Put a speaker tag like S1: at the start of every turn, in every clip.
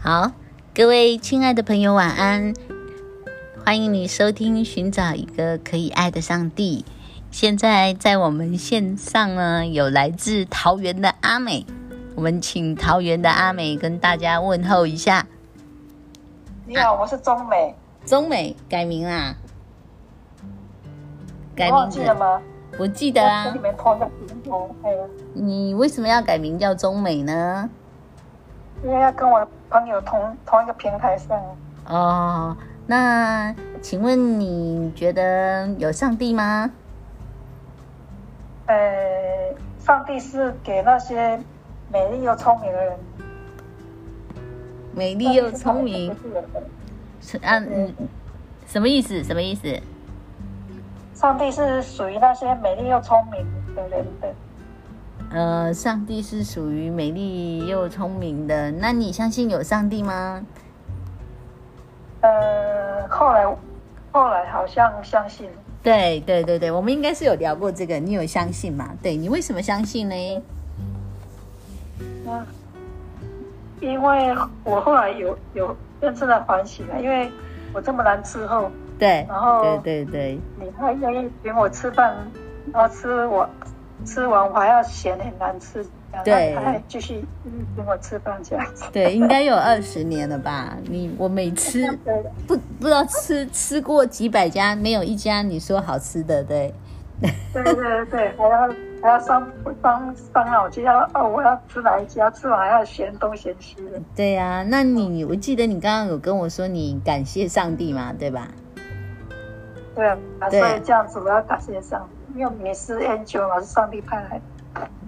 S1: 好，各位亲爱的朋友，晚安！欢迎你收听《寻找一个可以爱的上帝》。现在在我们线上呢，有来自桃园的阿美，我们请桃园的阿美跟大家问候一下。
S2: 你
S1: 啊
S2: 好，我是中美，
S1: 中美改名啦，改
S2: 你忘
S1: 名
S2: 记
S1: 字
S2: 了吗？
S1: 我记得
S2: 我跟
S1: 啊
S2: 你。们同个平头，哎呀
S1: 你为什么要改名叫中美呢？
S2: 因为要跟我的朋友同同一个平台上，
S1: 哦，那请问你觉得有上帝吗？
S2: 呃，上帝是给那些美丽又聪明的人，
S1: 美丽又聪明，是啊， 嗯，什么意思？什么意思？
S2: 上帝是属于那些美丽又聪明的人的。
S1: 呃，上帝是属于美丽又聪明的，那你相信有上帝吗？
S2: 呃，后来后来好像相信，
S1: 对对对对，我们应该是有聊过这个，你有相信吗？对你为什么相信呢？
S2: 嗯，因为我后来有有认真的反省了，因为我这么难伺候。
S1: 对
S2: 然后，
S1: 对对对，
S2: 你还愿意请我吃饭，然后吃我吃完我还要嫌很难吃，然
S1: 对
S2: 后他还继续请我吃饭这样子。
S1: 对，应该有二十年了吧？你我每次
S2: 对，
S1: 不不知道吃吃过几百家，没有一家你说好吃的，对
S2: 对对对，还要还要伤伤伤脑筋，要哦我要吃哪一家，吃完还要嫌东嫌西的。
S1: 对呀、那你我记得你刚刚有跟我说你感谢上帝嘛，对吧？
S2: 对啊，
S1: 对
S2: 所以这样子我要感谢上帝，因为你是 angel 嘛，是上帝派来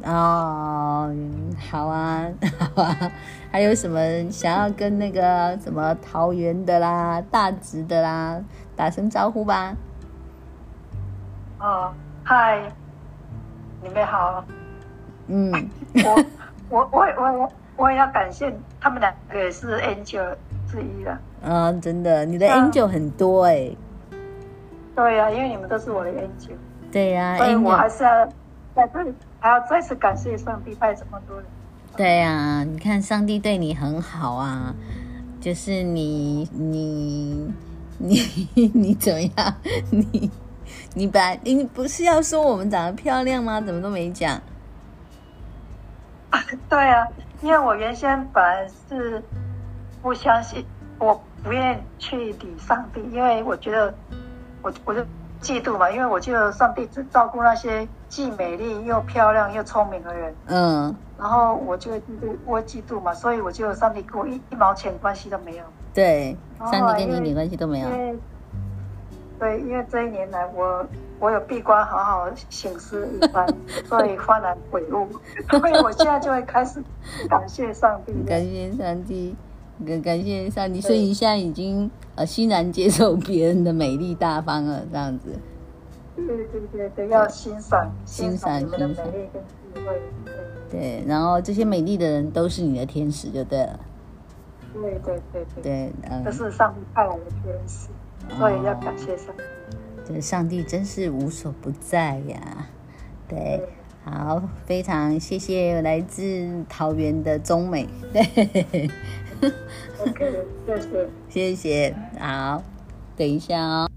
S2: 的。
S1: 哦，嗯好啊， 好啊，还有什么想要跟那个什么桃园的啦、大直的啦打声招呼吧？
S2: 哦，嗨，你 们好，
S1: 嗯，
S2: 我我我也我也我也要感谢他们两个也是 angel 之一了。
S1: 啊，真的，你的
S2: 嗯
S1: angel 很多哎、
S2: 对呀、因为你们都是我的恩情，
S1: 对呀、
S2: 所以
S1: a n g
S2: 我
S1: e
S2: 还
S1: l
S2: 是要在这里还要再次感谢上帝派这么多人。
S1: 对呀、你看上帝对你很好啊，就是你你你 你怎么样？你你本来你不是要说我们长得漂亮吗？怎么都没讲？
S2: 对呀、因为我原先本来是不相信，我不愿意去理上帝，因为我觉得我我就嫉妒嘛，因为我觉得上帝只照顾那些既美丽又漂亮又聪明的人，
S1: 嗯。
S2: 然后我就嫉妒，我嫉妒嘛，所以我就上帝跟我一一毛钱关系都没有。
S1: 对，
S2: 哦
S1: 上帝跟你一
S2: 因
S1: 点
S2: 为
S1: 关系都没
S2: 因
S1: 有。
S2: 为嗯对，因为这一年来我我有闭关好好醒思一 番，所以幡然悔悟，所以我现在就会开始感谢上帝。
S1: 感谢上帝，感感谢上帝，所以你现在已经呃欣然接受别人的美丽大方了，这样子。
S2: 对对对对，要欣赏
S1: 欣
S2: 欣
S1: 赏
S2: 赏你们的
S1: 欣赏
S2: 美丽跟智慧。
S1: 对，然后这些美丽的人都是你的天使，就对了。
S2: 对对对对对，
S1: 对，哦嗯
S2: 这，是上帝派我的天使，所以要感谢上帝。
S1: 这上帝真是无所不在呀。对，好，非常谢谢来自桃园的中美，对，
S2: OK，谢谢。
S1: 谢谢，好，等一下哦。